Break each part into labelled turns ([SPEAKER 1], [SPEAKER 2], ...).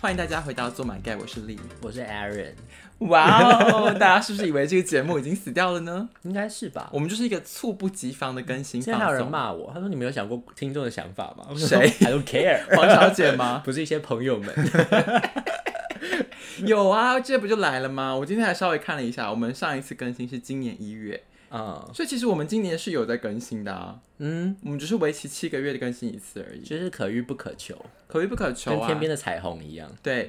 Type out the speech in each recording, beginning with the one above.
[SPEAKER 1] 欢迎大家回到《做满盖》，我是丽。
[SPEAKER 2] 我是 Aaron，
[SPEAKER 1] 哇哦，大家是不是以为这个节目已经死掉了呢？
[SPEAKER 2] 应该是吧？
[SPEAKER 1] 我们就是一个猝不及防的更新
[SPEAKER 2] 现在还
[SPEAKER 1] 放
[SPEAKER 2] 有人
[SPEAKER 1] 送。
[SPEAKER 2] 骂我，他说你没有想过听众的想法吗？
[SPEAKER 1] 谁
[SPEAKER 2] ？I don't care，
[SPEAKER 1] 黄小姐吗？
[SPEAKER 2] 不是一些朋友们。
[SPEAKER 1] 有啊，这不就来了吗？我今天还稍微看了一下，我们上一次更新是今年一月，
[SPEAKER 2] 嗯
[SPEAKER 1] 所以其实我们今年是有在更新的啊。
[SPEAKER 2] 嗯，
[SPEAKER 1] 我们只是为期七个月的更新一次而已，
[SPEAKER 2] 就是可遇不可求，
[SPEAKER 1] 可遇不可求
[SPEAKER 2] 跟
[SPEAKER 1] 啊。
[SPEAKER 2] 天边的彩虹一样。
[SPEAKER 1] 对，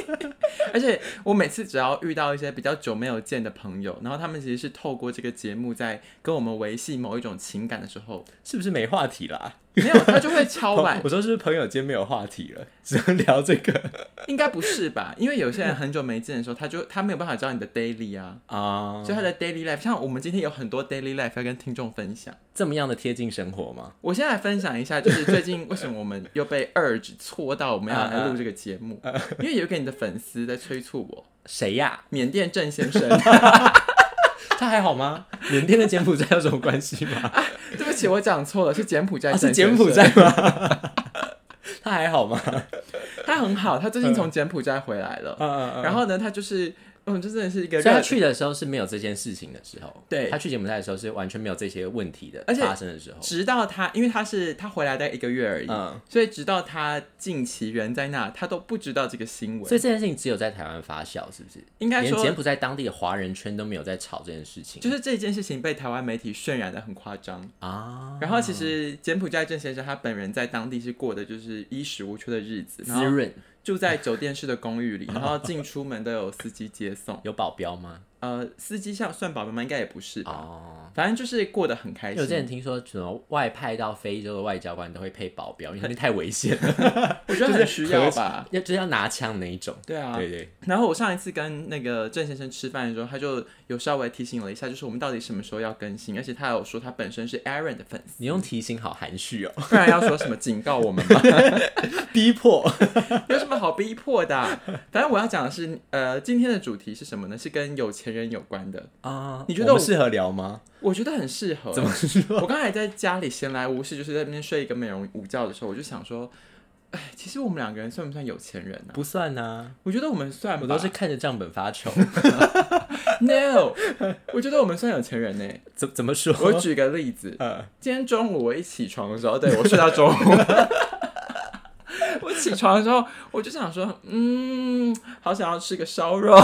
[SPEAKER 1] 而且我每次只要遇到一些比较久没有见的朋友，然后他们其实是透过这个节目在跟我们维系某一种情感的时候，
[SPEAKER 2] 是不是没话题啦？
[SPEAKER 1] 没有他就会敲碗
[SPEAKER 2] 我，说是不是朋友间没有话题了， 只能聊这个
[SPEAKER 1] 应该不是吧？因为有
[SPEAKER 2] 嗯
[SPEAKER 1] 些人很久没见的时候，他就他没有办法知道你的 daily 啊，
[SPEAKER 2] 啊？
[SPEAKER 1] 所以他的 daily life，像我们今天有很多 daily life 要跟听众分享。
[SPEAKER 2] 这么样的贴近生活吗？
[SPEAKER 1] 我先来分享一下，就是最近为什么我们又被 urge 戳到我们要来录这个节 目，
[SPEAKER 2] 嗯
[SPEAKER 1] 因为有一个你的粉丝在催促我，
[SPEAKER 2] 谁 呀、
[SPEAKER 1] 缅甸郑先 生，
[SPEAKER 2] 他还好吗？缅甸跟柬埔寨有什么关系吗？
[SPEAKER 1] 对不起，我讲错了，是柬埔寨、
[SPEAKER 2] 他啊是柬埔寨，吗？ 他还好吗？
[SPEAKER 1] 他很好，他最近从柬埔寨回来了。
[SPEAKER 2] 嗯嗯嗯。
[SPEAKER 1] 然后呢，他就是，嗯，这真的是一个
[SPEAKER 2] 所以他
[SPEAKER 1] 热
[SPEAKER 2] 去的时候是没有这件事情的时候，
[SPEAKER 1] 对
[SPEAKER 2] 他去柬埔寨的时候是完全没有这些问题的
[SPEAKER 1] 而且
[SPEAKER 2] 发生的时候，
[SPEAKER 1] 直到他，因为他是他回来大概一个月而已，
[SPEAKER 2] 嗯，
[SPEAKER 1] 所以直到他近期人在那，他都不知道这个新
[SPEAKER 2] 所
[SPEAKER 1] 闻。
[SPEAKER 2] 以这件事情只有在台湾发酵，是不是？
[SPEAKER 1] 应该
[SPEAKER 2] 连柬
[SPEAKER 1] 说，
[SPEAKER 2] 埔寨当地的华人圈都没有在炒这件事情，
[SPEAKER 1] 就是这件事情被台湾媒体渲染的很夸张。
[SPEAKER 2] 啊，
[SPEAKER 1] 然后其实柬埔寨郑先生他本人在当地是过的就是衣食无缺的日子，然
[SPEAKER 2] 滋
[SPEAKER 1] 后
[SPEAKER 2] 润
[SPEAKER 1] 住在酒店式的公 寓里，然后进出门都有司机接送。
[SPEAKER 2] 有保镖吗？
[SPEAKER 1] 呃，司机像算宝宝吗？应该也不是吧，
[SPEAKER 2] 哦，
[SPEAKER 1] 反正就是过得很开
[SPEAKER 2] 因为我
[SPEAKER 1] 心
[SPEAKER 2] 之。前听说什么外派到非洲的外交官都会配保镖，因为那边太危险了，
[SPEAKER 1] 我觉得很需要吧。
[SPEAKER 2] 要就是要拿枪那一种。
[SPEAKER 1] 对啊，
[SPEAKER 2] 对对，
[SPEAKER 1] 然后我上一次跟那个郑先生吃饭的时候，他就有稍微提醒了一下，就是我们到底什么时候要更新，而且他有说他本身是 Aaron 的粉
[SPEAKER 2] 你用提醒好含蓄 哦，
[SPEAKER 1] 丝，不然要说什么警告我们吗？
[SPEAKER 2] 逼迫
[SPEAKER 1] 有什么好逼迫的啊、反正我要讲的是，呃，今天的主题是什么呢？是跟有钱人有关的，
[SPEAKER 2] 啊
[SPEAKER 1] 你觉得我
[SPEAKER 2] 们适合聊吗？
[SPEAKER 1] 我觉得很适合。
[SPEAKER 2] 怎么说？
[SPEAKER 1] 我刚才在家里闲来无事，就是在那边睡一个美容午觉的时候，我就想说，哎，其实我们两个人 算不算有钱人呢、
[SPEAKER 2] 不算啊，
[SPEAKER 1] 我觉得我们算吧，
[SPEAKER 2] 我都是看着账本发愁。
[SPEAKER 1] no，我觉得我们算有钱 人呢、
[SPEAKER 2] 怎怎么说？
[SPEAKER 1] 我 举个例子，
[SPEAKER 2] 呃，
[SPEAKER 1] 今天中午我一起床的时候，对我睡到中午， 我起床的时候我就想说，嗯，好想要吃个烧肉，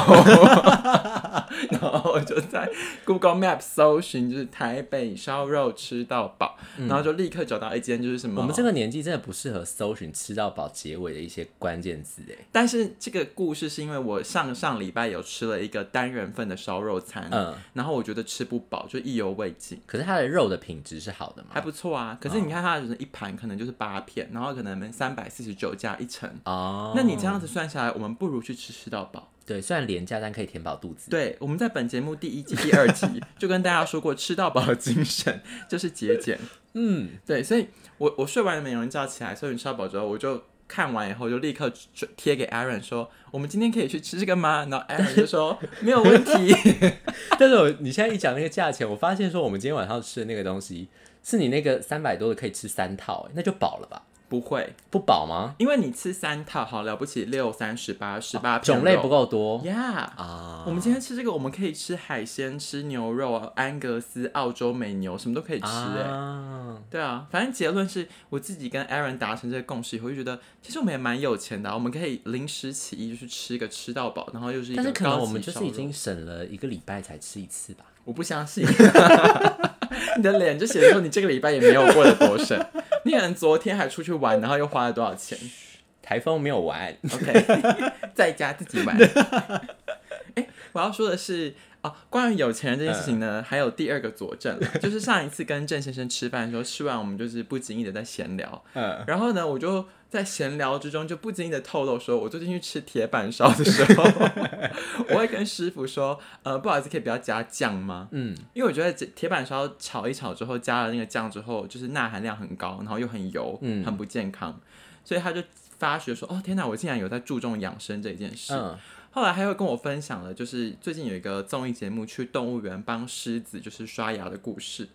[SPEAKER 1] 然后我就在 Google Map 搜寻，就是台北烧肉吃到饱，然后就立刻找到一间就是什么，
[SPEAKER 2] 嗯我们这个年纪真的不适合搜寻吃到饱结尾的一些关键字哎。
[SPEAKER 1] 但是这个故事是因为我上上礼拜有吃了一个单人份的烧肉餐，
[SPEAKER 2] 嗯，
[SPEAKER 1] 然后我觉得吃不饱，就意犹未尽。
[SPEAKER 2] 可是它的肉的品质是好的嘛？
[SPEAKER 1] 还不错啊，可是你看它就是一盘可能就是八片，然后可能三百四十九加一层，
[SPEAKER 2] 哦，
[SPEAKER 1] 那你这样子算下来，我们不如去吃吃到饱。
[SPEAKER 2] 对，虽然廉价，但可以填饱肚子。
[SPEAKER 1] 对，我们在本节目第一 季第二集就跟大家说过，吃到饱的精神 就是节俭。
[SPEAKER 2] 嗯，
[SPEAKER 1] 对，所以我我睡完美容觉起来，睡完吃到饱之后，我就看完以后就立刻转贴给 Aaron 说，我们今天可以去吃这个吗？然后 Aaron 就 说没有问题。
[SPEAKER 2] 但是我你现在一讲那个价钱，我发现说我们今天晚上吃的那个东西，是你那个三百多的可以吃三套，哎那就饱了吧？
[SPEAKER 1] 不会，
[SPEAKER 2] 不饱吗？
[SPEAKER 1] 因为你吃三套，好了不起，六三十八，十八
[SPEAKER 2] 哦种类不够多
[SPEAKER 1] 呀。Yeah
[SPEAKER 2] 啊。
[SPEAKER 1] 我们今天吃这个，我们可以吃海鲜、吃牛肉啊，安格斯、澳洲美牛，什么都可以吃、欸。
[SPEAKER 2] 啊，
[SPEAKER 1] 对啊，反正结论是我自己跟 Aaron 达成这个共识以后，就觉得其实我们也蛮有钱的啊、我们可以临时起意，就是吃一个吃到饱，然后又是一个
[SPEAKER 2] 但是可
[SPEAKER 1] 高
[SPEAKER 2] 能
[SPEAKER 1] 级
[SPEAKER 2] 我们就
[SPEAKER 1] 烧
[SPEAKER 2] 是
[SPEAKER 1] 肉
[SPEAKER 2] 已经省了一个礼拜才吃一次吧。
[SPEAKER 1] 我不相信， 你的脸就写着说你这个礼拜也没有过得多省，你可能昨天还出去玩，然后又花了多少钱
[SPEAKER 2] 台风没有完，
[SPEAKER 1] ？OK，在 家自己玩。哎我要说的是哦，关于有钱人这件事情
[SPEAKER 2] 嗯
[SPEAKER 1] 呢，还有第二个佐证啦，就是上一次跟郑先生吃饭的时候，吃完我们就是不经意的在闲聊，
[SPEAKER 2] 嗯，
[SPEAKER 1] 然后呢，我就在闲聊之中就不经意的透露说，我最近去吃铁板烧的时 候，我会跟师傅说，呃，不好意思，可以不要加酱吗？
[SPEAKER 2] 嗯，
[SPEAKER 1] 因为我觉得这铁板烧炒一炒之后，加了那个酱之后，就是钠含量很高，然后又很油，
[SPEAKER 2] 嗯
[SPEAKER 1] 很不健康，所以他就发觉说，哦，天哪，我竟然有在注重养生这件事。
[SPEAKER 2] 嗯，
[SPEAKER 1] 后来他又跟我分享了，就是最近有一个综艺节目去动物园帮狮子就是刷牙的故事。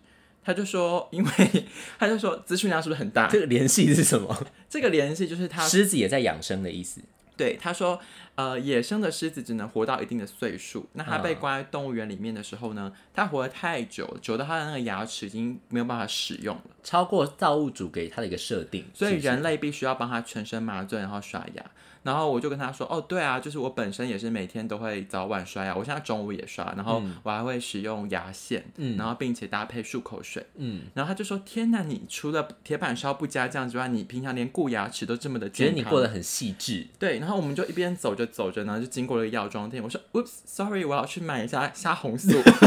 [SPEAKER 1] 他就说，因为 他就说资讯量是不是很大？
[SPEAKER 2] 这个联系是什么？
[SPEAKER 1] 这个联系就是他
[SPEAKER 2] 狮子也在养生的意思。
[SPEAKER 1] 对，他说，呃，野生的狮子只能活到一定的岁数。那它被
[SPEAKER 2] 嗯
[SPEAKER 1] 关在动物园里面的时候呢，它活得太久，久到它的那个牙齿已经没有办法使用了，
[SPEAKER 2] 超过造物主给他的一个设定，
[SPEAKER 1] 所以
[SPEAKER 2] 是不是
[SPEAKER 1] 人类必须要帮它全身麻醉，然后刷牙。然后我就跟他说，哦，对啊，就是我本身也是每天都会早晚刷牙，我现在中午也刷，然后我还会使用牙线，
[SPEAKER 2] 嗯
[SPEAKER 1] 然后并且搭配漱口水。
[SPEAKER 2] 嗯，
[SPEAKER 1] 然后他就说：“天哪，你除了铁板烧不加酱之外，你平常连顾牙齿都这么的
[SPEAKER 2] 觉
[SPEAKER 1] 健
[SPEAKER 2] 得
[SPEAKER 1] 康。”
[SPEAKER 2] 你过得很细致，
[SPEAKER 1] 对，然后我们就一边走着走着，然后就经过了一个药妆店。我说：“Oops，sorry，我要去买一下虾红素。”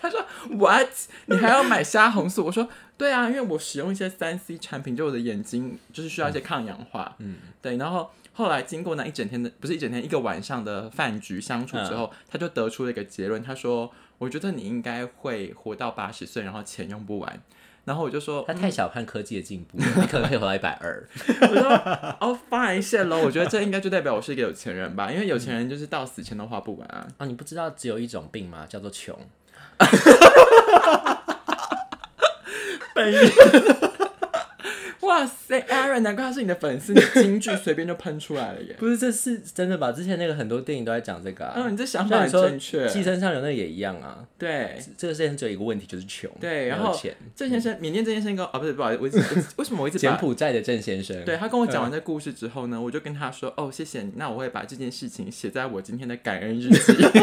[SPEAKER 1] 他说：“What？你还要买虾红素？”我说：“对啊，因为我使用一些三 C 产品，就我的眼睛就是需要一些抗氧化。”嗯，对。然后后来经过那一整天的，不是一整天，一个晚上的饭局相处之后，他就得出了一个结论，他说：“我觉得你应该会活到八十岁，然后钱用不完。”然后我就说：“
[SPEAKER 2] 他太小看科技的进步了，你可能可以活到一百 二，
[SPEAKER 1] 哦，fine，谢喽。我觉得这应该就代表我是一个有钱人吧，因为有钱人就是到死钱都花不完啊。
[SPEAKER 2] 啊，你不知道只有一种病吗？叫做穷。
[SPEAKER 1] 哇塞，Aaron，难怪他是你的粉丝，你京剧随便就喷出来了耶。
[SPEAKER 2] 不是，这是真的吧？之前那个很多电影都在讲这个啊。
[SPEAKER 1] 嗯，你这想法
[SPEAKER 2] 像
[SPEAKER 1] 很
[SPEAKER 2] 你说
[SPEAKER 1] 正确。
[SPEAKER 2] 寄生上流》那个也一样啊。
[SPEAKER 1] 对
[SPEAKER 2] 这个世界上只有一个问题，就是穷。
[SPEAKER 1] 对，
[SPEAKER 2] 没
[SPEAKER 1] 然
[SPEAKER 2] 有
[SPEAKER 1] 后
[SPEAKER 2] 钱。
[SPEAKER 1] 郑先生，缅甸郑先生跟我啊，不是，不好意思，我一直我一直为什么我一直
[SPEAKER 2] 柬
[SPEAKER 1] 把
[SPEAKER 2] 埔寨的郑先生，
[SPEAKER 1] 对他跟我讲完这故事之后呢，我就跟他说：“哦，谢谢你，那我会把这件事情写在我今天的感恩日记。”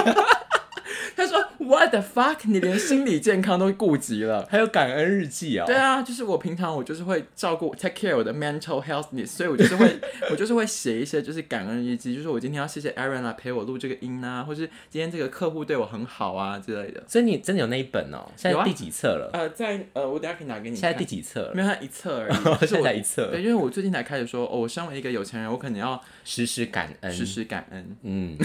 [SPEAKER 1] 他说：“What the fuck？你连心理健康都顾及了。”
[SPEAKER 2] 还有感恩日记啊、
[SPEAKER 1] 对啊，就是我平常我就是会照顾 take care 我的 mental healthness，所以我就是会我就是会写一些就是感恩日记，就是我今天要谢谢 Aaron 啊陪我录这个音啊，或是今天这个客户对我很好啊之类的。
[SPEAKER 2] 所以你真的有那一嗯本哦？现
[SPEAKER 1] 有啊
[SPEAKER 2] 在第几册了？
[SPEAKER 1] 呃，在呃，我等一下可以拿给你
[SPEAKER 2] 现在
[SPEAKER 1] 看。
[SPEAKER 2] 第几册了？
[SPEAKER 1] 没有，它一册 而已。可是
[SPEAKER 2] 现
[SPEAKER 1] 我
[SPEAKER 2] 在一册
[SPEAKER 1] 对，因为我最近才开始说，哦，我身为一个有钱人，我可能要
[SPEAKER 2] 时时感恩。
[SPEAKER 1] 时时感恩。
[SPEAKER 2] 嗯，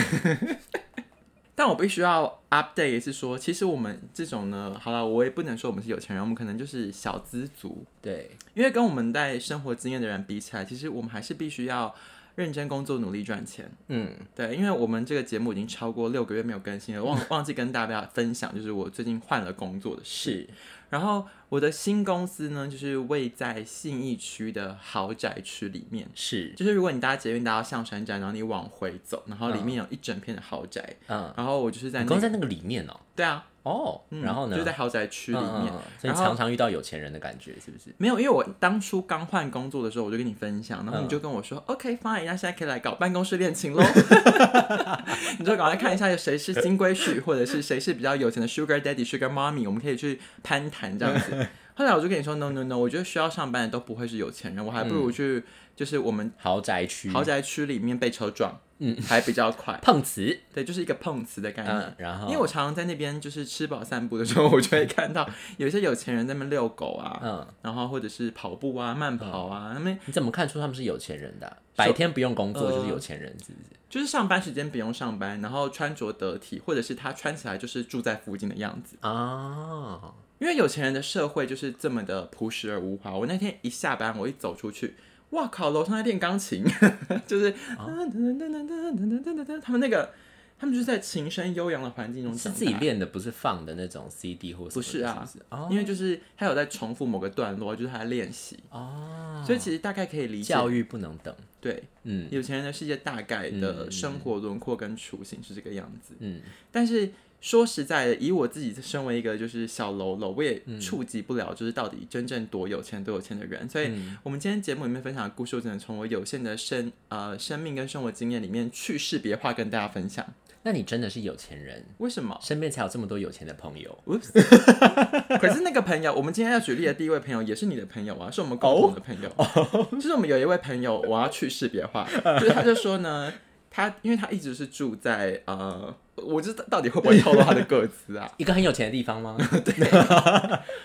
[SPEAKER 1] 但我必须要 update 也是说，其实我们这种呢，好了，我也不能说我们是有钱人，我们可能就是小资族。
[SPEAKER 2] 对，
[SPEAKER 1] 因为跟我们在生活经验的人比起来，其实我们还是必须要认真工作，努力赚钱。
[SPEAKER 2] 嗯，
[SPEAKER 1] 对，因为我们这个节目已经超过六个月没有更新了，忘忘记跟大家分享，就是我最近换了工作的事。
[SPEAKER 2] 是
[SPEAKER 1] 然后我的新公司呢，就是位在信义区的豪宅区里面。
[SPEAKER 2] 是，
[SPEAKER 1] 就是如果你搭捷运搭到象山站，然后你往回走，然后里面有一整片的豪宅，
[SPEAKER 2] 嗯，
[SPEAKER 1] 然后我就是在
[SPEAKER 2] 你
[SPEAKER 1] 那
[SPEAKER 2] 光
[SPEAKER 1] 个，
[SPEAKER 2] 在那个里面哦。
[SPEAKER 1] 对啊，
[SPEAKER 2] 哦，
[SPEAKER 1] 嗯
[SPEAKER 2] 然后呢？
[SPEAKER 1] 就在豪宅区里
[SPEAKER 2] 嗯嗯
[SPEAKER 1] 面，
[SPEAKER 2] 嗯所以
[SPEAKER 1] 然
[SPEAKER 2] 你
[SPEAKER 1] 后
[SPEAKER 2] 常常遇到有钱人的感觉，是不是？
[SPEAKER 1] 没有，因为我当初刚换工作的时候，我就跟你分享，然后你
[SPEAKER 2] 嗯
[SPEAKER 1] 就跟我说、o k fine，那现在可以来搞办公室恋 情喽。你就赶快看一下谁是金龟婿，或者是谁是比较有钱的 Sugar Daddy、Sugar Mommy，我们可以去攀谈这样
[SPEAKER 2] 嗯
[SPEAKER 1] 子。后来我就跟你说，no no no，我觉得需要上班的都不会是有钱人，我还不
[SPEAKER 2] 嗯
[SPEAKER 1] 如去、就是我们
[SPEAKER 2] 豪宅区，
[SPEAKER 1] 豪宅区里面被车撞，嗯，还比较快。
[SPEAKER 2] 碰瓷。
[SPEAKER 1] 对，就是一个碰瓷的概念。
[SPEAKER 2] 嗯，然后
[SPEAKER 1] 因为我常常在那边就是吃饱散步的时候，我就会看到有一些有钱人在那边遛狗啊，
[SPEAKER 2] 嗯，
[SPEAKER 1] 然后或者是跑步啊、慢跑啊，那么
[SPEAKER 2] 你怎么看出他们是有钱人的啊、白天不用工作就是有钱人，是不是？
[SPEAKER 1] 就是上班时间不用上班，然后穿着得体，或者是他穿起来就是住在附近的样子。
[SPEAKER 2] 啊，
[SPEAKER 1] 因为有钱人的社会就是这么的朴实而无华。我那天一下班，我一走出去，哇靠，楼上在练钢琴，就是、他们那个，他们就是在琴声悠扬的环境中
[SPEAKER 2] 是
[SPEAKER 1] 长
[SPEAKER 2] 自己
[SPEAKER 1] 大
[SPEAKER 2] 练的，不是放的那种 CD 或什么的？
[SPEAKER 1] 不是啊
[SPEAKER 2] 是不是哦
[SPEAKER 1] 因为就是他有在重复某个段落，就是他在练习，
[SPEAKER 2] 哦，
[SPEAKER 1] 所以其实大概可以理解。
[SPEAKER 2] 教育不能等，
[SPEAKER 1] 对，
[SPEAKER 2] 嗯
[SPEAKER 1] 有钱人的世界大概的生活轮廓跟雏形是这个样子。
[SPEAKER 2] 嗯，
[SPEAKER 1] 但是说实在的，以我自己身为一个就是小喽啰，我也触及不了就是到底真正多有钱多有钱的人。所以，我们今天节目里面分享的故事，我只能从我有限的生呃生命跟生活经验里面去识别化跟大家分享。
[SPEAKER 2] 那你真的是有钱人，
[SPEAKER 1] 为什么？
[SPEAKER 2] 身边才有这么多有钱的朋友。
[SPEAKER 1] 可是那个朋友，我们今天要举例的第一位朋友也是你的朋友啊，是我们共同的朋友。 就是我们有一位朋友，我要去识别 化，就是他就说呢，他因为他一直是住在呃，我这到底会不会透露他的个资啊？
[SPEAKER 2] 一个很有钱的地方吗？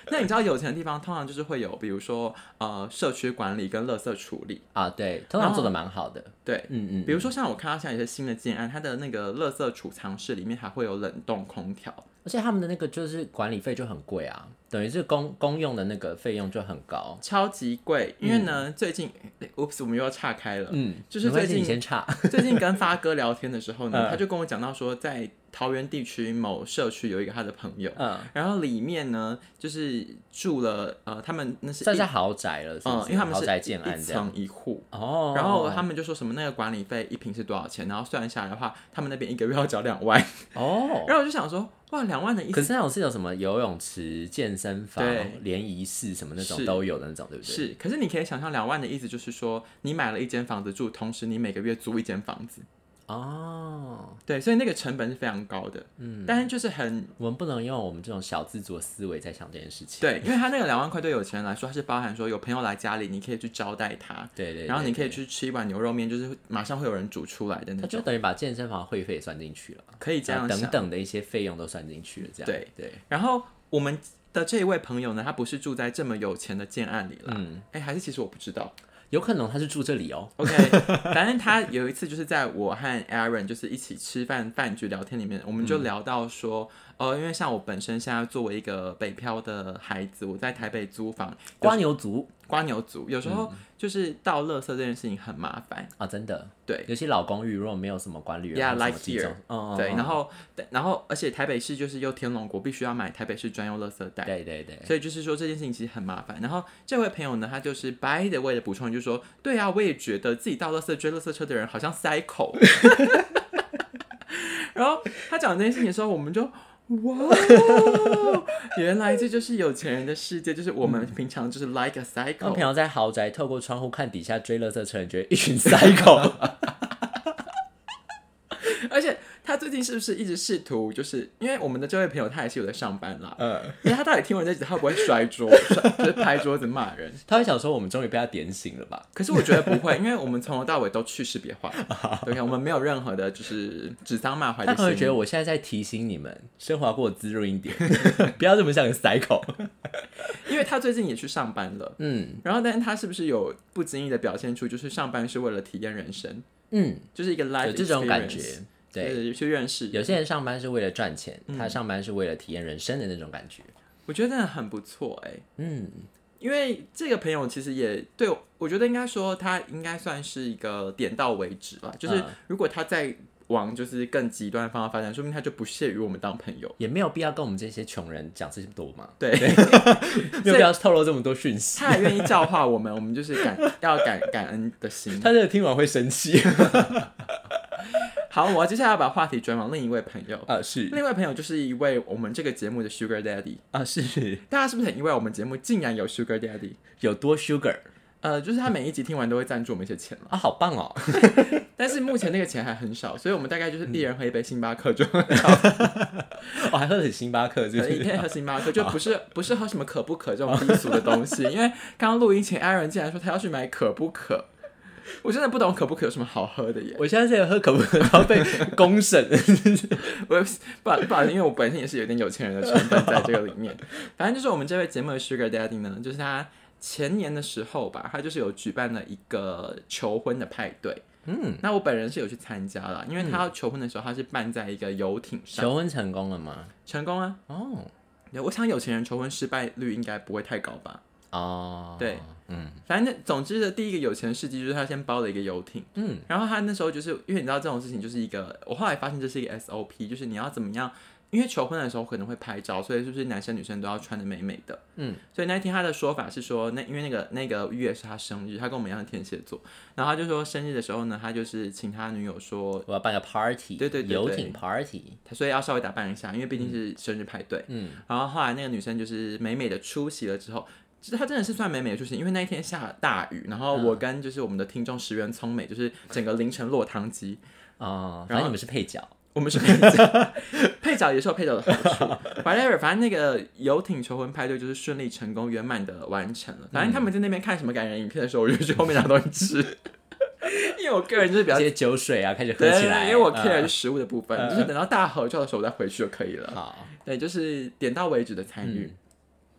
[SPEAKER 1] 那你知道有钱的地方通常就是会有，比如说呃，社区管理跟垃圾处理，
[SPEAKER 2] 啊，对，通常做的蛮好的。
[SPEAKER 1] 对。
[SPEAKER 2] 嗯
[SPEAKER 1] 比如说，像我看到现在有些新的建案，它的那个垃圾储藏室里面还会有冷冻空调，
[SPEAKER 2] 嗯，而且他们的那个就是管理费就很贵啊，等于是公公用的那个费用就很高。
[SPEAKER 1] 超级贵。因为呢，最近，oops，我们又要岔开了。
[SPEAKER 2] 嗯
[SPEAKER 1] 就是
[SPEAKER 2] 没关 系
[SPEAKER 1] 最近
[SPEAKER 2] 你先差，嗯
[SPEAKER 1] 最近跟发哥聊天的时候呢，他就跟我讲到说，在桃园地区某社区有一个他的朋友，
[SPEAKER 2] 嗯，
[SPEAKER 1] 然后里面呢就是住了呃，他们那是
[SPEAKER 2] 算
[SPEAKER 1] 一
[SPEAKER 2] 是豪宅了，是不
[SPEAKER 1] 嗯
[SPEAKER 2] 是？，
[SPEAKER 1] 因为他们
[SPEAKER 2] 豪
[SPEAKER 1] 是
[SPEAKER 2] 宅
[SPEAKER 1] 一
[SPEAKER 2] 建
[SPEAKER 1] 一
[SPEAKER 2] 案这样。
[SPEAKER 1] 层一户，
[SPEAKER 2] 哦，
[SPEAKER 1] 然后他们就说什么那个管理费一平是多少钱，然后算下来的话，他们那边一个月要缴两万，
[SPEAKER 2] 哦，
[SPEAKER 1] 然后我就想说哇，两万的意
[SPEAKER 2] 可
[SPEAKER 1] 思
[SPEAKER 2] 是那种是有什么游泳池、健身房
[SPEAKER 1] 对、
[SPEAKER 2] 联谊室什么那种
[SPEAKER 1] 是
[SPEAKER 2] 都有的那种，对不对？
[SPEAKER 1] 是，可是你可以想象两万的意思就是说你买了一间房子住，同时你每个月租一间房子，
[SPEAKER 2] 哦，
[SPEAKER 1] 对，所以那个成本是非常高的，嗯，但是就是很
[SPEAKER 2] 我们不能用我们这种小自足的思维在想这件事情。
[SPEAKER 1] 对，因为他那个两万块对有钱人来说，他是包含说有朋友来家里，你可以去招待他，
[SPEAKER 2] 对对对，
[SPEAKER 1] 然后你可
[SPEAKER 2] 对
[SPEAKER 1] 以去吃一碗牛肉面，就是马上会有人煮出来的那
[SPEAKER 2] 他就
[SPEAKER 1] 种，
[SPEAKER 2] 等于把健身房会费也算进去了，
[SPEAKER 1] 可以这
[SPEAKER 2] 然
[SPEAKER 1] 样
[SPEAKER 2] 后
[SPEAKER 1] 想。
[SPEAKER 2] 等等的一些费用都算进去了，这样
[SPEAKER 1] 对
[SPEAKER 2] 对，
[SPEAKER 1] 然后我们的这一位朋友呢，他不是住在这么有钱的建案里了，嗯，哎，还是其实我不知 道。
[SPEAKER 2] 有可能他是住这里哦，
[SPEAKER 1] OK，反正他有一次就是在我和 Aaron 就是一起吃饭饭局聊天里面，我们
[SPEAKER 2] 嗯
[SPEAKER 1] 就聊到说，哦，因为像我本身现在作为一个北漂的孩子，我在台北租房，
[SPEAKER 2] 瓜牛族
[SPEAKER 1] 瓜牛族，有时候
[SPEAKER 2] 嗯
[SPEAKER 1] 就是倒垃圾这件事情很麻烦，
[SPEAKER 2] 啊，真的，
[SPEAKER 1] 对，
[SPEAKER 2] 尤其老公寓如果没有什么管理员
[SPEAKER 1] Yeah,
[SPEAKER 2] 或什
[SPEAKER 1] like
[SPEAKER 2] 么集中
[SPEAKER 1] here，
[SPEAKER 2] 嗯，嗯
[SPEAKER 1] 对，
[SPEAKER 2] 嗯
[SPEAKER 1] 然后然后而且台北市就是又天龙国，必须要买台北市专用垃圾袋。
[SPEAKER 2] 对对对，
[SPEAKER 1] 所以就是说这件事情其实很麻烦。然后这位朋友呢，他就是 by the way 的补充，就是说，对啊，我也觉得自己倒垃圾追垃圾车的人好像塞口。 然后他讲这件事情的时候，我们就哇，哦 原来这就是有钱人的世界，就是我们平常就是 like a
[SPEAKER 2] 那
[SPEAKER 1] cycle，
[SPEAKER 2] 平常在豪宅透过窗户看底下追垃圾车，你觉得一 群 cycle
[SPEAKER 1] 而且他最近是不是一直试图，就是因为我们的这位朋友他也是有在上班啦，嗯，因为他到底听完这集他会不会摔桌，摔就是拍桌子骂人？
[SPEAKER 2] 他会想说我们终于被他点醒了吧？
[SPEAKER 1] 可是我觉得不会，因为我们从头到尾都去识别化
[SPEAKER 2] 啊
[SPEAKER 1] ，OK，我们没有任何的就是指桑骂槐
[SPEAKER 2] 他
[SPEAKER 1] 的
[SPEAKER 2] 可能会觉
[SPEAKER 1] 心
[SPEAKER 2] 得
[SPEAKER 1] 意。
[SPEAKER 2] 我现在在提醒你们，生活过得滋润一点， 不要这么像个 cycle。
[SPEAKER 1] 因为他最近也去上班了，
[SPEAKER 2] 嗯
[SPEAKER 1] 然后但是他是不是有不经意的表现出就是上班是为了体验人生，
[SPEAKER 2] 嗯，
[SPEAKER 1] 就是一个 life
[SPEAKER 2] 有这种感
[SPEAKER 1] experience，
[SPEAKER 2] 觉，对。
[SPEAKER 1] 就是去认识，
[SPEAKER 2] 有些人上班是为了赚钱，
[SPEAKER 1] 嗯
[SPEAKER 2] 他上班是为了体验人生的那种感觉。
[SPEAKER 1] 我觉得真的很不错哎、
[SPEAKER 2] 嗯，
[SPEAKER 1] 因为这个朋友其实也对我，我觉得应该说他应该算是一个点到为止吧。就是如果他再往就是更极端的方向发展，说明他就不屑于我们当朋友。
[SPEAKER 2] 也没有必要跟我们这些穷人讲这些多 嘛，
[SPEAKER 1] 对，
[SPEAKER 2] 没有必要透露这么多讯息。
[SPEAKER 1] 他还愿意教化我们，我们就是感要感感恩的心。
[SPEAKER 2] 他这个听完会 生气
[SPEAKER 1] 好，我接下来把话题转往另一位朋友。
[SPEAKER 2] 啊，是
[SPEAKER 1] 另一位朋友就是一位我们这个节目的 Sugar Daddy，
[SPEAKER 2] 啊，是
[SPEAKER 1] 大家是不是很意外我们节目竟然有 Sugar Daddy？
[SPEAKER 2] 有多 sugar
[SPEAKER 1] 呃，就是他每一集听完都会赞助我们一些钱了，
[SPEAKER 2] 啊，好棒哦！
[SPEAKER 1] 但是目前那个钱还很少，所以我们大概就是一人喝一杯星巴克就
[SPEAKER 2] 我哦还喝起星巴克，就
[SPEAKER 1] 对，一
[SPEAKER 2] 是
[SPEAKER 1] 天喝星巴克，就不是不是喝什么可不可这种低俗的东西。因为刚刚录音前，艾伦竟然说他要去买可不可，我真的不懂可不可有什么好喝的耶。
[SPEAKER 2] 我现在在喝可不可，然后被公审。
[SPEAKER 1] 我也不不好不好意思，因为我本身也是有点有钱人的成分在这个里面。反正就是我们这位节目的 Sugar Daddy 呢，就是他前年的时候吧，他就是有举办了一个求婚的派对。嗯，那我本人是有去参加了，因为他要求婚的时候，他是办在一个游艇上，
[SPEAKER 2] 求婚成功了吗？
[SPEAKER 1] 成功啊！
[SPEAKER 2] 哦
[SPEAKER 1] 我想有钱人求婚失败率应该不会太高吧。
[SPEAKER 2] 哦，
[SPEAKER 1] 对，
[SPEAKER 2] 嗯
[SPEAKER 1] 反正总之的第一个有钱的事迹就是他先包了一个游艇，
[SPEAKER 2] 嗯，
[SPEAKER 1] 然后他那时候就是因为你知道这种事情就是一个，我后来发现这是一个 SOP，就是你要怎么样，因为求婚的时候可能会拍照，所以就是男生女生都要穿的美美的，
[SPEAKER 2] 嗯，
[SPEAKER 1] 所以那一天他的说法是说，那因为那个那个月是他生日，他跟我们一样是天蝎座，然后他就说生日的时候呢，他就是请他女友说，
[SPEAKER 2] 我要办个 party，
[SPEAKER 1] 对对对对
[SPEAKER 2] 游艇 party，
[SPEAKER 1] 他所以要稍微打扮一下，因为毕竟是生日派对，
[SPEAKER 2] 嗯，
[SPEAKER 1] 然后后来那个女生就是美美的出席了之后，其实她真的是算美美的出席，因为那一天下大雨，然后我
[SPEAKER 2] 嗯
[SPEAKER 1] 跟就是我们的听众石原聪美就是整个凌晨落汤鸡，
[SPEAKER 2] 哦，
[SPEAKER 1] 然
[SPEAKER 2] 反
[SPEAKER 1] 后
[SPEAKER 2] 正你们是配角，
[SPEAKER 1] 我 们是配角，配角也是有配角的好处。whatever，反正那个游艇求婚派对就是顺利成功圆满的完成了。反正
[SPEAKER 2] 嗯
[SPEAKER 1] 他们在那边看什么感人影片的时候，我就去后面拿东西吃， 因为我个人就是比较
[SPEAKER 2] 直。接酒水啊，开始喝
[SPEAKER 1] 对，
[SPEAKER 2] 起来。
[SPEAKER 1] 因为我
[SPEAKER 2] 嗯
[SPEAKER 1] care 是食物的部分，就是等到大合照的时候我再回去就可以了。
[SPEAKER 2] 好，嗯
[SPEAKER 1] 对，就是点到为止的参与。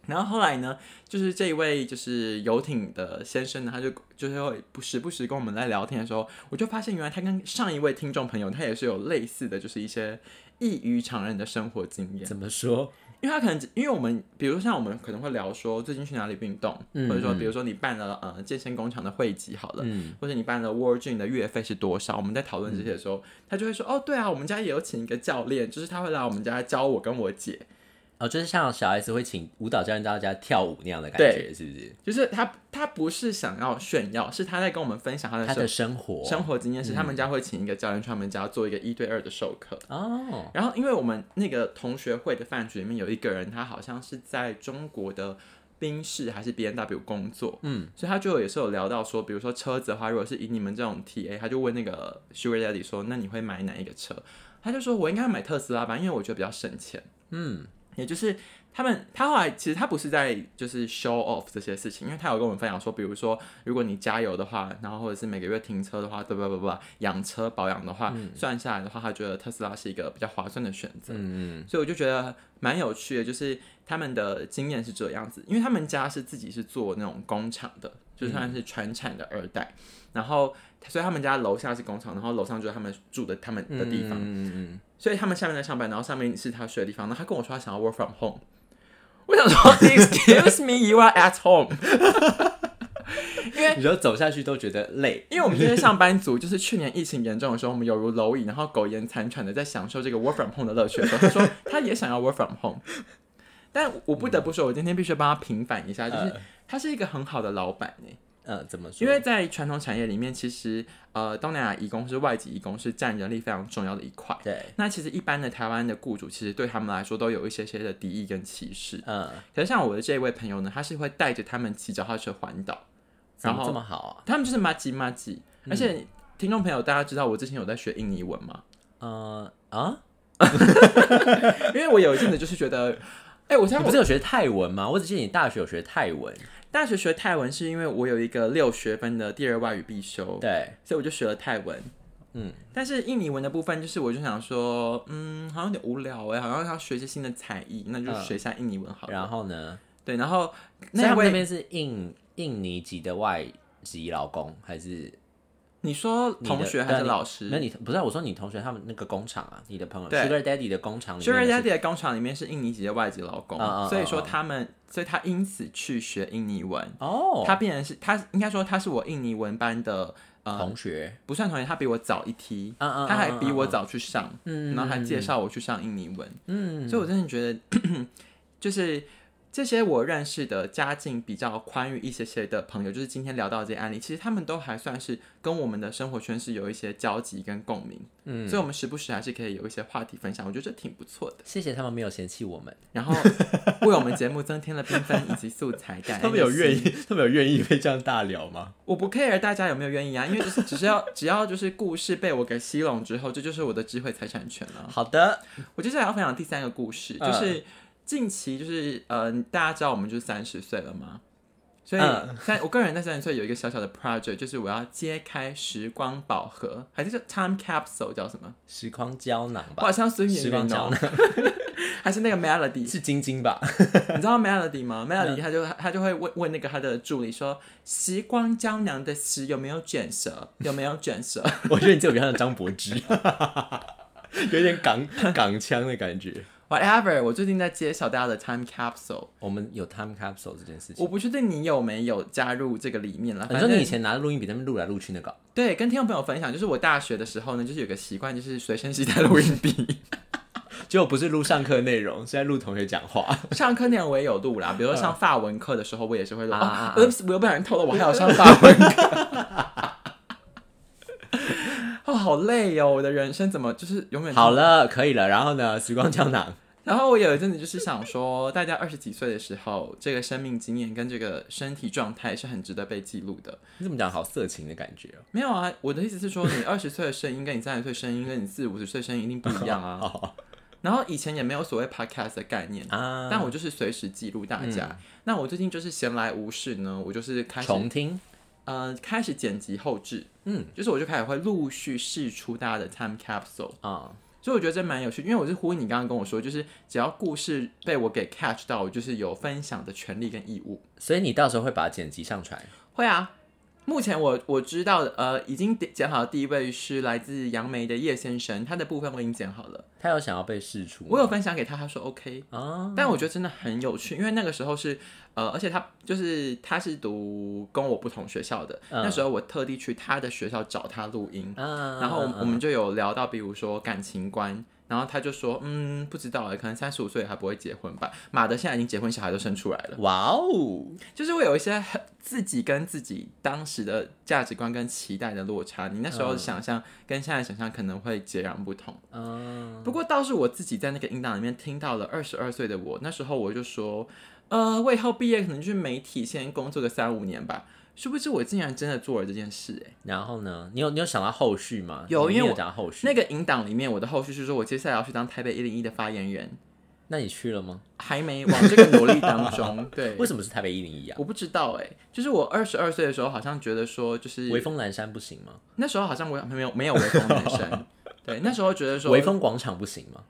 [SPEAKER 1] 然后后来呢，就是这一位就是游艇的先生呢，他就就是会不时不时跟我们在聊天的时候，我就发现原来他跟上一位听众朋友，他也是有类似的就是一些异于常人的生活经验。
[SPEAKER 2] 怎么说？
[SPEAKER 1] 因为他可能只，因为我们，比如说像我们可能会聊说最近去哪里运动，
[SPEAKER 2] 嗯嗯
[SPEAKER 1] 或者说比如说你办了呃健身工厂的会籍好了，或者你办了 World Gym 的月费是多少，我们在讨论这些的
[SPEAKER 2] 嗯
[SPEAKER 1] 时候，他就会说哦，对啊，我们家也有请一个教练，就是他会来我们家教我跟我姐，
[SPEAKER 2] 哦，就是像小 S 会请舞蹈教练到大家跳舞那样的感
[SPEAKER 1] 对
[SPEAKER 2] 觉，是不是？
[SPEAKER 1] 就是他他不是想要炫耀，是他在跟我们分享他的
[SPEAKER 2] 他
[SPEAKER 1] 生
[SPEAKER 2] 的生活
[SPEAKER 1] 生活经验，是他们家会请一个教练去他们家做一个一对二的授课。
[SPEAKER 2] 哦，
[SPEAKER 1] 然后，因为我们那个同学会的饭局里面有一个人，他好像是在中国的宾士还是 B N W 工作，
[SPEAKER 2] 嗯，
[SPEAKER 1] 所以他就也是有聊到说，比如说车子的话，如果是以你们这种 T A，他就问那个 Sugar Daddy 说，那你会买哪一个车？他就说我应该买特斯拉吧，因为我觉得比较省钱。
[SPEAKER 2] 嗯，
[SPEAKER 1] 也就是他们，他后来其实他不是在就是 show off 这些事情，因为他有跟我们分享说，比如说如果你加油的话，然后或者是每个月停车的话，对不不不，养车保养的话，算下来的话，他觉得特斯拉是一个比较划算的选择。
[SPEAKER 2] 嗯
[SPEAKER 1] 所以我就觉得蛮有趣的，就是他们的经验是这样子，因为他们家是自己是做那种工厂的，就算是传产的二代，然后所以他们家楼下是工厂，然后楼上就是他们住的他们的地方，
[SPEAKER 2] 嗯嗯
[SPEAKER 1] 所以他们下面在上班，然后上面是他睡的地方。然后他跟我说他想要 work from home，我想说 excuse me，you are at home。
[SPEAKER 2] 嗯，你说走下去都觉得累，
[SPEAKER 1] 因为我们这些上班族，就是去年疫情严重的时候，我们有如蝼蚁，然后苟延残喘的在享受这个 work from home 的乐趣的时候，他说他也想要 work from home，但我不得不说，我今天必须帮他平反一下，就是
[SPEAKER 2] 呃
[SPEAKER 1] 他是一个很好的老板呢、
[SPEAKER 2] 呃，怎么说？
[SPEAKER 1] 因为在传统产业里面，其实呃东南亚移工是外籍移工是占人力非常重要的一块。
[SPEAKER 2] 对，
[SPEAKER 1] 那其实一般的台湾的雇主，其实对他们来说都有一些些的敌意跟歧视。
[SPEAKER 2] 嗯，
[SPEAKER 1] 可是像我的这一位朋友呢，他是会带着他们骑脚踏车环岛，
[SPEAKER 2] 怎
[SPEAKER 1] 然
[SPEAKER 2] 么
[SPEAKER 1] 后
[SPEAKER 2] 这么好啊？
[SPEAKER 1] 他们就是麻吉麻吉。
[SPEAKER 2] 嗯
[SPEAKER 1] 而且听众朋友，大家知道我之前有在学印尼文嘛？
[SPEAKER 2] 嗯啊，
[SPEAKER 1] 因为我有一阵子就是觉得，哎、我猜
[SPEAKER 2] 你不
[SPEAKER 1] 我
[SPEAKER 2] 是有学泰文吗？我只记得你大学有学泰文，
[SPEAKER 1] 大学学泰文是因为我有一个六学分的第二外语必修，
[SPEAKER 2] 对，
[SPEAKER 1] 所以我就学了泰文。
[SPEAKER 2] 嗯，
[SPEAKER 1] 但是印尼文的部分，就是我就想说，嗯，好像有点无聊哎、好像要学一些新的才艺，那就
[SPEAKER 2] 嗯
[SPEAKER 1] 学一下印尼文好了。
[SPEAKER 2] 然后呢？
[SPEAKER 1] 对，然后
[SPEAKER 2] 所以
[SPEAKER 1] 那
[SPEAKER 2] 他们那
[SPEAKER 1] 位
[SPEAKER 2] 边是印印尼籍的外籍劳工还是
[SPEAKER 1] 你说
[SPEAKER 2] 你的
[SPEAKER 1] 同学还
[SPEAKER 2] 对啊
[SPEAKER 1] 是
[SPEAKER 2] 你
[SPEAKER 1] 老师？
[SPEAKER 2] 那你不是啊我说你同学他们那个工厂啊，你的朋友
[SPEAKER 1] 对
[SPEAKER 2] Sugar Daddy 的工厂里
[SPEAKER 1] Sugar
[SPEAKER 2] 面是
[SPEAKER 1] Daddy 的工厂里面是印尼籍的外籍劳工，
[SPEAKER 2] 嗯嗯嗯
[SPEAKER 1] 所以说他们，所以他因此去学印尼文。
[SPEAKER 2] 哦，
[SPEAKER 1] 他变成是他应该说他是我印尼文班的呃
[SPEAKER 2] 同学，
[SPEAKER 1] 不算同学，他比我早一梯，
[SPEAKER 2] 嗯嗯，
[SPEAKER 1] 他还
[SPEAKER 2] 嗯
[SPEAKER 1] 比我，早去上，
[SPEAKER 2] 嗯嗯嗯
[SPEAKER 1] 然后还介绍我去上印尼文，
[SPEAKER 2] 嗯，嗯
[SPEAKER 1] 所以我真的觉得就是。这些我认识的家境比较宽裕一些些的朋友，就是今天聊到的这些案例，其实他们都还算是跟我们的生活圈是有一些交集跟共鸣，
[SPEAKER 2] 嗯，
[SPEAKER 1] 所以我们时不时还是可以有一些话题分享，我觉得这挺不错的。
[SPEAKER 2] 谢谢他们没有嫌弃我们，
[SPEAKER 1] 然 后为我们节目增添了缤纷以及素材感。
[SPEAKER 2] 意， 他们有愿意被这样大聊吗？
[SPEAKER 1] 我不 care 大家有没有愿意啊，因为只是只是要只要就是故事被我给吸拢之后，这就是我的智慧财产权了。
[SPEAKER 2] 好的，
[SPEAKER 1] 我接下来要分享第三个故事，
[SPEAKER 2] 嗯
[SPEAKER 1] 就是近期就是呃，大家知道我们就是三十岁了吗？所以
[SPEAKER 2] 嗯
[SPEAKER 1] 三，我个人在三十岁有一个小小的 project，就是我要揭开时光宝盒，还是叫 time capsule 叫什么？
[SPEAKER 2] 时光胶囊
[SPEAKER 1] 我
[SPEAKER 2] 吧，
[SPEAKER 1] 好像孙
[SPEAKER 2] 时
[SPEAKER 1] 芸
[SPEAKER 2] 光
[SPEAKER 1] 芸
[SPEAKER 2] 胶
[SPEAKER 1] 哦，
[SPEAKER 2] 囊
[SPEAKER 1] 还是那个 melody，
[SPEAKER 2] 是嗯晶晶吧？
[SPEAKER 1] 你知道 Melody 吗？Melody 他就他就会问问那个他的助理说：“时光胶囊的时有没有卷舌？有没有卷 舌
[SPEAKER 2] 我觉得你这有点像张柏芝，有点港港腔的感觉。
[SPEAKER 1] ？”Whatever，我最近在揭晓大家的 time capsule，
[SPEAKER 2] 我们有 time capsule 这件事情。
[SPEAKER 1] 我不确定你有没有加入这个里面了。
[SPEAKER 2] 你
[SPEAKER 1] 反
[SPEAKER 2] 说
[SPEAKER 1] 正
[SPEAKER 2] 你以前拿录音笔在那边录来录去那个，
[SPEAKER 1] 对，跟听众朋友分享，就是我大学的时候呢，就是有个习惯，就是随身携带录音笔。
[SPEAKER 2] 结果不是录上课内容，是在录同学讲 话。
[SPEAKER 1] 上课那样我也有录啦，比如说上法文课的时候，我也是会录。
[SPEAKER 2] 嗯啊啊啊
[SPEAKER 1] 哦，oops，我又不小心偷了，我还有上法文课。 哦，好累哦！我的人生怎么就是永远
[SPEAKER 2] 好了，可以了。然后呢，时光胶囊，
[SPEAKER 1] 然后我有一阵子就是想说，大家二十几岁的时候，这个生命经验跟这个身体状态是很值得被记录的。
[SPEAKER 2] 你怎么讲好色情的感觉哦？
[SPEAKER 1] 没有啊，我的意思是说，你二十岁的声音跟你三十岁声音跟你四五十岁声音一定不一样 啊。
[SPEAKER 2] 哦
[SPEAKER 1] 然后以前也没有所谓 podcast 的概念，
[SPEAKER 2] 啊，
[SPEAKER 1] 但我就是随时记录大家。那我最近就是闲来无事呢，我就是开始
[SPEAKER 2] 嗯重听，
[SPEAKER 1] 呃开始剪辑后置，
[SPEAKER 2] 嗯
[SPEAKER 1] 就是我就开始会陆续试出大家的 time capsule。
[SPEAKER 2] 啊，
[SPEAKER 1] 所以我觉得这蛮有趣，因为我是呼应你刚刚跟我说，就是只要故事被我给 catch 到，我就是有分享的权利跟义务。
[SPEAKER 2] 所以你到时候会把剪辑上传。
[SPEAKER 1] 会啊，目前我我知道的，呃，已经剪好的第一位是来自杨梅的叶先生，他的部分我已经剪好了，
[SPEAKER 2] 他有想要被释出吗，
[SPEAKER 1] 我有分享给他，他说 OK。
[SPEAKER 2] 啊，
[SPEAKER 1] 但我觉得真的很有趣，因为那个时候是，呃，而且他就是他是读跟我不同学校的，
[SPEAKER 2] 嗯
[SPEAKER 1] 那时候我特地去他的学校找他录音，
[SPEAKER 2] 啊
[SPEAKER 1] 然后我们就有聊到，比如说感情观，然后他就说，嗯，不知道哎，可能三十五岁还不会结婚吧。马德现在已经结婚，小孩都生出来了，
[SPEAKER 2] 哇哦，
[SPEAKER 1] 就是会有一些很自己跟自己当时的价值观跟期待的落差，你那时候的想象跟现在的想象可能会截然不同。
[SPEAKER 2] 嗯，
[SPEAKER 1] 不过倒是我自己在那个音档里面听到了二十二岁的我，那时候我就说，呃，我以后毕业可能去媒体先工作个三五年吧。殊不知我竟然真的做了这件事、哎。
[SPEAKER 2] 然后呢？你有你有想到后续吗？
[SPEAKER 1] 有
[SPEAKER 2] 你
[SPEAKER 1] 因为
[SPEAKER 2] 你
[SPEAKER 1] 我
[SPEAKER 2] 有讲到后续。
[SPEAKER 1] 那个引导里面，我的后续是说我接下来要去当台北一零一的发言人，
[SPEAKER 2] 那你去了吗？
[SPEAKER 1] 还没往这个努力当中。对，
[SPEAKER 2] 为什么是台北一零一啊？
[SPEAKER 1] 我不知道哎、就是我二十二岁的时候，好像觉得说，就是
[SPEAKER 2] 微风南山不行吗？
[SPEAKER 1] 那时候好像我没有没有微风男 生，对，那时候觉得说
[SPEAKER 2] 微，风广场不行吗？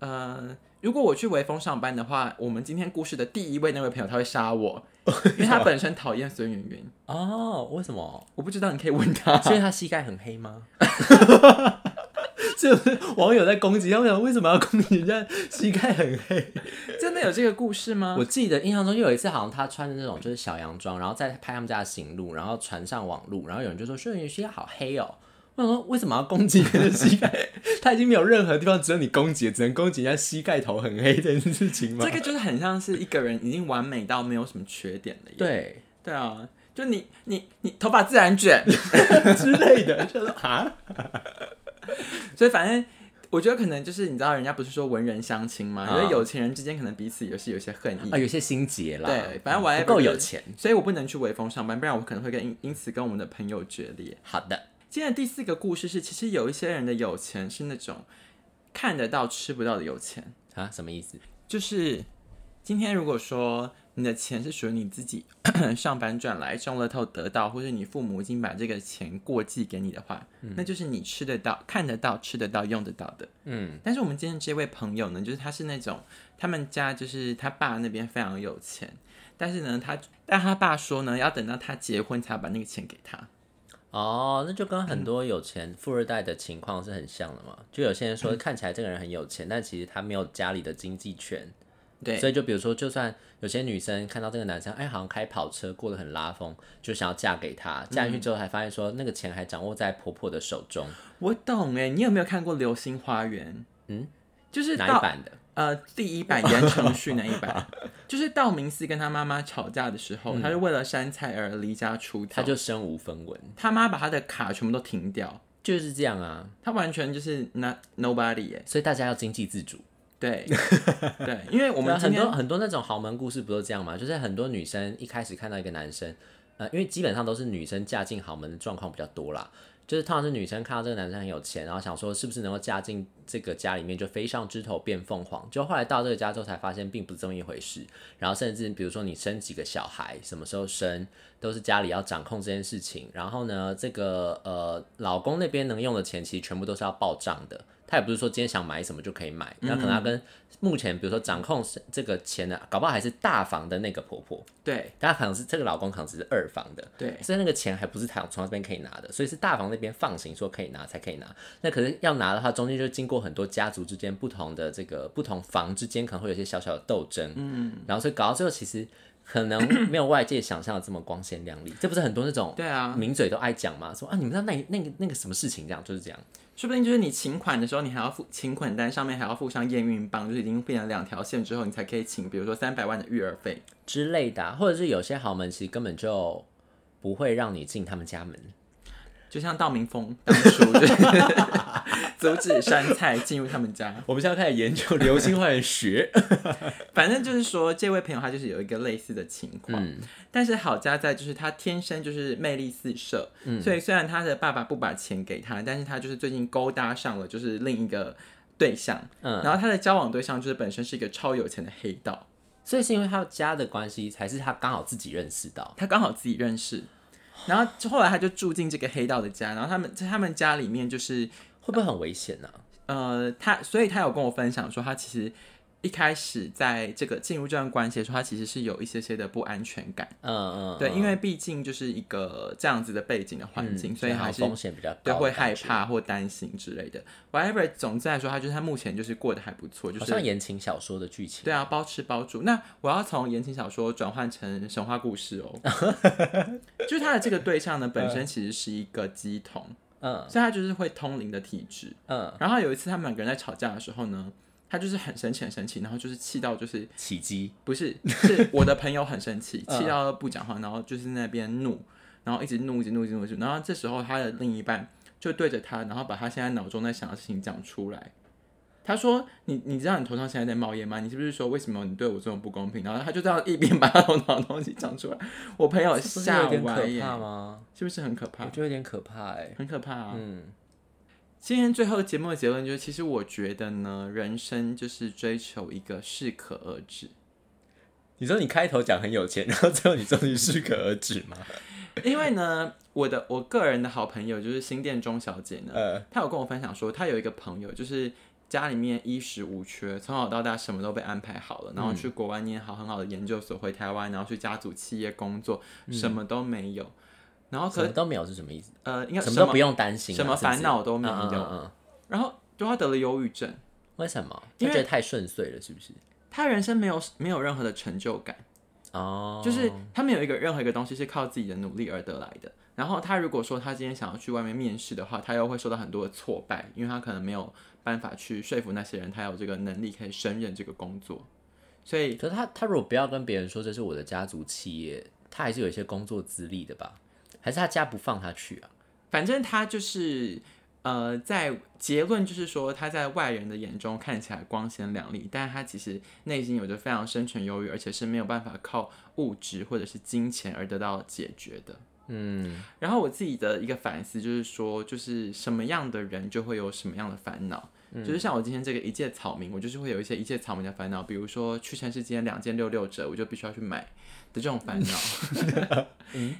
[SPEAKER 1] 呃，如果我去微风上班的话，我们今天故事的第一位那位朋友他会杀 我，因为他本身讨厌孙芸芸。
[SPEAKER 2] 哦，为什 么？
[SPEAKER 1] 我不知道，你可以问他。
[SPEAKER 2] 是因为他膝盖很黑 吗？就是网友在攻击，他们想为什么要攻击人家膝盖很黑？
[SPEAKER 1] 真的有这个故事吗？
[SPEAKER 2] 我记得印象中就有一次，好像他穿的那种就是小洋装，然后在拍他们家的行路，然后传上网路，然后有人就说轩宇膝盖好黑哦。我想说，为什么要攻击人家 膝盖？他已经没有任何地方只有你攻击，只能攻击人家膝盖头很黑这件事情吗
[SPEAKER 1] 这？个就是很像是一个人已经完美到没有什么缺点了耶。
[SPEAKER 2] 对
[SPEAKER 1] 对啊，就你你你头发自然卷，
[SPEAKER 2] 之类的，就是啊，
[SPEAKER 1] 所以反正我觉得可能就是你知道人家不是说文人相亲嘛，
[SPEAKER 2] 啊
[SPEAKER 1] 因为有钱人之间可能彼此也是有些恨意。
[SPEAKER 2] 啊，有些心结啦。
[SPEAKER 1] 对，反正
[SPEAKER 2] 我
[SPEAKER 1] 我
[SPEAKER 2] 不够有钱。，
[SPEAKER 1] 所以我不能去微风上班，不然我可能会跟因因此跟我们的朋友决裂。
[SPEAKER 2] 好的，
[SPEAKER 1] 今天的第四个故事是，其实有一些人的有钱是那种看得到吃不到的有钱，
[SPEAKER 2] 啊，什么意思？
[SPEAKER 1] 就是今天如果说你的钱是属于你自己 上班赚来中乐透得到，或是你父母已经把这个钱过继给你的话，那就是你吃得到、看得到、吃得到、用得到的。
[SPEAKER 2] 嗯，
[SPEAKER 1] 但是我们今天这位朋友呢，就是他是那种他们家就是他爸那边非常有钱，但是呢，他但他爸说呢，要等到他结婚才把那个钱给他。
[SPEAKER 2] 哦，那就跟很多有钱富二代的情况是很像的嘛。就有些人
[SPEAKER 1] 嗯
[SPEAKER 2] 说看起来这个人很有钱，但其实他没有家里的经济权。
[SPEAKER 1] 对，
[SPEAKER 2] 所以就比如说，就算有些女生看到这个男生，哎，好像开跑车，过得很拉风，就想要嫁给
[SPEAKER 1] 嗯
[SPEAKER 2] 他。嫁进去之后，还发现说那个钱还掌握在婆婆的手中，
[SPEAKER 1] 我懂哎，你有没有看过《流星花园》？
[SPEAKER 2] 嗯，
[SPEAKER 1] 就是
[SPEAKER 2] 哪一
[SPEAKER 1] 到
[SPEAKER 2] 版的？
[SPEAKER 1] 呃第一版言承旭那一版， 就是道明寺跟他妈妈吵架的时候，他就为了山菜而离家出走，
[SPEAKER 2] 嗯他就身无分文，
[SPEAKER 1] 他妈把他的卡全部都停掉，
[SPEAKER 2] 就是这样啊。
[SPEAKER 1] 他完全就是那 nobody 哎，
[SPEAKER 2] 所以大家要经济自主。
[SPEAKER 1] 对对，因为我
[SPEAKER 2] 我们
[SPEAKER 1] 们
[SPEAKER 2] 很
[SPEAKER 1] 今 天
[SPEAKER 2] 多啊很多那种豪门故事不都这样吗？就是很多女生一开始看到一个男生，呃，因为基本上都是女生嫁进豪门的状况比较多啦。就是通常是女生看到这个男生很有钱，然后想说是不是能够嫁进这个家里面就飞上枝头变凤凰，就后来到这个家之后才发现并不是这么一回事。然后甚至比如说你生几个小孩，什么时候生，都是家里要掌控这件事情。然后呢，这个呃老公那边能用的钱其实全部都是要报账的，他也不是说今天想买什么就可以买，那可能要嗯跟目前比如说掌控这个钱的，搞不好还是大房的那个婆婆，
[SPEAKER 1] 对
[SPEAKER 2] 但她可能是这个老公可能只是二房的，
[SPEAKER 1] 对
[SPEAKER 2] 所以那个钱还不是他从他这边可以拿的，所以是大房那边放行说可以拿才可以拿。那可是要拿的话，中间就经过很多家族之间不同的这个不同房之间可能会有一些小小的斗争，嗯，然后所以搞到最后其实可能没有外界想象的这么光鲜亮丽。这不是很多那种
[SPEAKER 1] 对啊，
[SPEAKER 2] 名嘴都爱讲吗？说啊，你们知道那那个那个什么事情这样就是这样，
[SPEAKER 1] 说不定就是你请款的时候，你还要付请款单上面还要附上验孕棒，就是已经变成两条线之后，你才可以请，比如说三百万的育儿费。
[SPEAKER 2] 之类的啊、或者是有些豪门其实根本就不会让你进他们家门。
[SPEAKER 1] 就像道明峰当初就是 阻止山菜进入他们家，
[SPEAKER 2] 我们现在开始研究流星花园学，
[SPEAKER 1] 反正就是说这位朋友他就是有一个类似的情况，
[SPEAKER 2] 嗯
[SPEAKER 1] 但是好家在就是他天生就是魅力四射，
[SPEAKER 2] 嗯
[SPEAKER 1] 所以虽然他的爸爸不把钱给他，但是他就是最近勾搭上了就是另一个对象，
[SPEAKER 2] 嗯
[SPEAKER 1] 然后他的交往对象就是本身是一个超有钱的黑道，
[SPEAKER 2] 所以是因为他家的关系，还是他刚好自己认识到？
[SPEAKER 1] 他刚好自己认识。然后后来他就住进这个黑道的家，然后他们在他们家里面就是
[SPEAKER 2] 会不会很危险呢、啊
[SPEAKER 1] 呃，他所以他有跟我分享说，他其实一开始在这个进入这段关系的时候，他其实是有一些些的不安全感。
[SPEAKER 2] 嗯嗯，
[SPEAKER 1] 对，
[SPEAKER 2] 嗯
[SPEAKER 1] 因为毕竟就是一个这样子的背景的环境，
[SPEAKER 2] 嗯
[SPEAKER 1] 所以
[SPEAKER 2] 好
[SPEAKER 1] 还
[SPEAKER 2] 像
[SPEAKER 1] 是
[SPEAKER 2] 风险比较
[SPEAKER 1] 对
[SPEAKER 2] 高，
[SPEAKER 1] 会害，怕或担心之类的。Whatever，总之来说，他就是他目前就是过得还不错，就
[SPEAKER 2] 好
[SPEAKER 1] 是
[SPEAKER 2] 像言情小说的剧情。
[SPEAKER 1] 对啊，包吃包住。那我要从言情小说转换成神话故事 哦，就是他的这个对象呢，本身其实是一个鸡童，
[SPEAKER 2] 嗯
[SPEAKER 1] 所以他就是会通灵的体质。
[SPEAKER 2] 嗯，
[SPEAKER 1] 然后有一次他们两个人在吵架的时候呢，他就是很生气很生气，然后就是气到就是
[SPEAKER 2] 起鸡，
[SPEAKER 1] 不 是是我的朋友很生气，
[SPEAKER 2] 嗯
[SPEAKER 1] 气到不讲话，然后就是那边怒，然后一直怒一直怒一直怒一直怒，然后这时候他的另一半就对着他，然后把他现在脑中在想的事情讲出来。他说：“你你知道你头上现在在冒烟吗？你是不是说为什么你对我这么不公平？”然后他就这样一边把他头脑的东西讲出来，我朋友
[SPEAKER 2] 不是
[SPEAKER 1] 吓
[SPEAKER 2] 有点
[SPEAKER 1] 歪
[SPEAKER 2] 可
[SPEAKER 1] 耶，
[SPEAKER 2] 怕吗？
[SPEAKER 1] 是不是很可
[SPEAKER 2] 我
[SPEAKER 1] 怕？
[SPEAKER 2] 觉得有点可怕哎。
[SPEAKER 1] 很可怕啊！
[SPEAKER 2] 嗯
[SPEAKER 1] 今天最后节目的结论就是，其实我觉得呢，人生就是追求一个适可而止。
[SPEAKER 2] 你说你开头讲很有钱，然后最后你终于适可而止 吗？
[SPEAKER 1] 因为呢，我的我个人的好朋友就是新店钟小姐呢，
[SPEAKER 2] 呃，
[SPEAKER 1] 她有跟我分享说，她有一个朋友就是家里面衣食无缺，从小到大什么都被安排好了，
[SPEAKER 2] 嗯
[SPEAKER 1] 然后去国外念好很好的研究所，回台湾，然后去家族企业工作，什么都没有。然后
[SPEAKER 2] 嗯什
[SPEAKER 1] 可
[SPEAKER 2] 么都没有是什么意思？
[SPEAKER 1] 呃，应该
[SPEAKER 2] 什
[SPEAKER 1] 什
[SPEAKER 2] 么都
[SPEAKER 1] 么
[SPEAKER 2] 不用担心啊，
[SPEAKER 1] 什么
[SPEAKER 2] 是不是
[SPEAKER 1] 烦恼都没有
[SPEAKER 2] 嗯嗯嗯嗯
[SPEAKER 1] 然后就她得了忧郁症，
[SPEAKER 2] 为什么？
[SPEAKER 1] 因
[SPEAKER 2] 他
[SPEAKER 1] 为
[SPEAKER 2] 觉得太顺遂了，是不是？
[SPEAKER 1] 她人生没有没有任何的成就感。
[SPEAKER 2] 哦，
[SPEAKER 1] 就是他们有一个任何一个东西是靠自己的努力而得来的。然后他如果说他今天想要去外面面试的话，他又会受到很多的挫败，因为他可能没有办法去说服那些人，他有这个能力可以胜任这个工作。所以
[SPEAKER 2] 可是他他如果不要跟别人说这是我的家族企业，他还是有一些工作资历的吧？还是他家不放他去啊？
[SPEAKER 1] 反正他就是呃，在结论就是说他在外人的眼中看起来光鲜亮丽，但是他其实内心有着非常深沉忧郁，而且是没有办法靠物质或者是金钱而得到解决的。
[SPEAKER 2] 嗯，
[SPEAKER 1] 然后我自己的一个反思就是说，就是什么样的人就会有什么样的烦恼。就是像我今天这个一介草民，我就是会有一些一介草民的烦恼，比如说屈臣氏今天两件六六折，我就必须要去买的这种烦恼。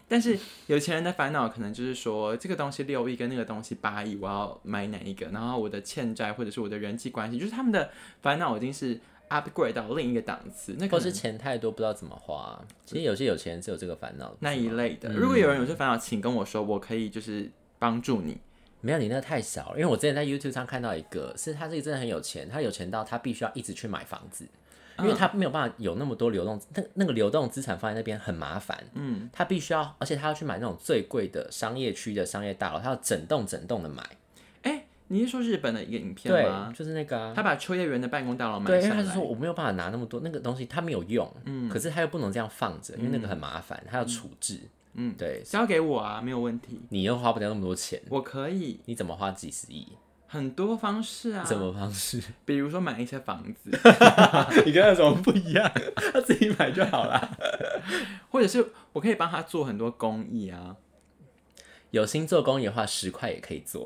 [SPEAKER 1] 但是有钱人的烦恼可能就是说，这个东西六亿跟那个东西八亿，我要买哪一个？然后我的欠债或者是我的人际关系，就是他们的烦恼已经是 upgrade 到另一个档次，那可
[SPEAKER 2] 或
[SPEAKER 1] 能
[SPEAKER 2] 是钱太多不知道怎么花啊、其实有些有钱人是有这个烦恼的，
[SPEAKER 1] 那一类的。
[SPEAKER 2] 嗯
[SPEAKER 1] 如果有人有这烦恼，请跟我说，我可以就是帮助你。
[SPEAKER 2] 没有你那个太少了。因为我之前在 YouTube 上看到一个，是他这个真的很有钱，他有钱到他必须要一直去买房子，
[SPEAKER 1] 嗯
[SPEAKER 2] 因为他没有办法有那么多流动，那那个流动资产放在那边很麻烦。
[SPEAKER 1] 嗯，
[SPEAKER 2] 他必须要，而且他要去买那种最贵的商业区的商业大楼，他要整栋整栋的买。
[SPEAKER 1] 哎、你是说日本的一个影片
[SPEAKER 2] 对
[SPEAKER 1] 吗，？
[SPEAKER 2] 就是那个、啊。
[SPEAKER 1] 他把秋叶原的办公大楼买
[SPEAKER 2] 对，因为
[SPEAKER 1] 下
[SPEAKER 2] 他是说
[SPEAKER 1] 来。
[SPEAKER 2] 我没有办法拿那么多那个东西，他没有用，可是他又不能这样放着，因为那个很麻烦，他要处置，
[SPEAKER 1] 嗯
[SPEAKER 2] 对，
[SPEAKER 1] 交给我啊，没有问题，
[SPEAKER 2] 你又花不掉那么多钱，
[SPEAKER 1] 我可以
[SPEAKER 2] 你怎么花几十亿？
[SPEAKER 1] 很多方式啊，
[SPEAKER 2] 什么方式？
[SPEAKER 1] 比如说买一些房子，
[SPEAKER 2] 你跟他有什么不一样？ 他自己买就好啦。
[SPEAKER 1] 或者是我可以帮他做很多公益啊。
[SPEAKER 2] 有心做公益的话，十块也可以 做。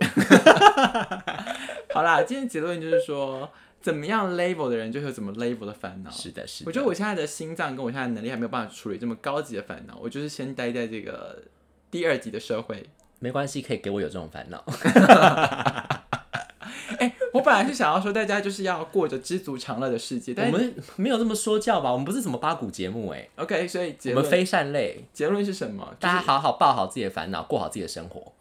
[SPEAKER 1] 好啦，今天结论就是说，怎么样 level 的人就会有怎么 level 的烦恼。
[SPEAKER 2] 是的，是
[SPEAKER 1] 我
[SPEAKER 2] 的。
[SPEAKER 1] 觉得我现在的心脏跟我现在的能力还没有办法处理这么高级的烦恼，我就是先待在这个第二级的社会。
[SPEAKER 2] 没关系，可以给我有这种烦恼。
[SPEAKER 1] 哎、 我本来是想要说大家就是要过着知足常乐的世界，
[SPEAKER 2] 我
[SPEAKER 1] 但是
[SPEAKER 2] 们没有这么说教吧？我们不是什么八股节目哎，
[SPEAKER 1] OK，所以结
[SPEAKER 2] 我们
[SPEAKER 1] 论
[SPEAKER 2] 非善类，
[SPEAKER 1] 结论是什么？就是
[SPEAKER 2] 大家好好抱好自己的烦恼，过好自己的生活。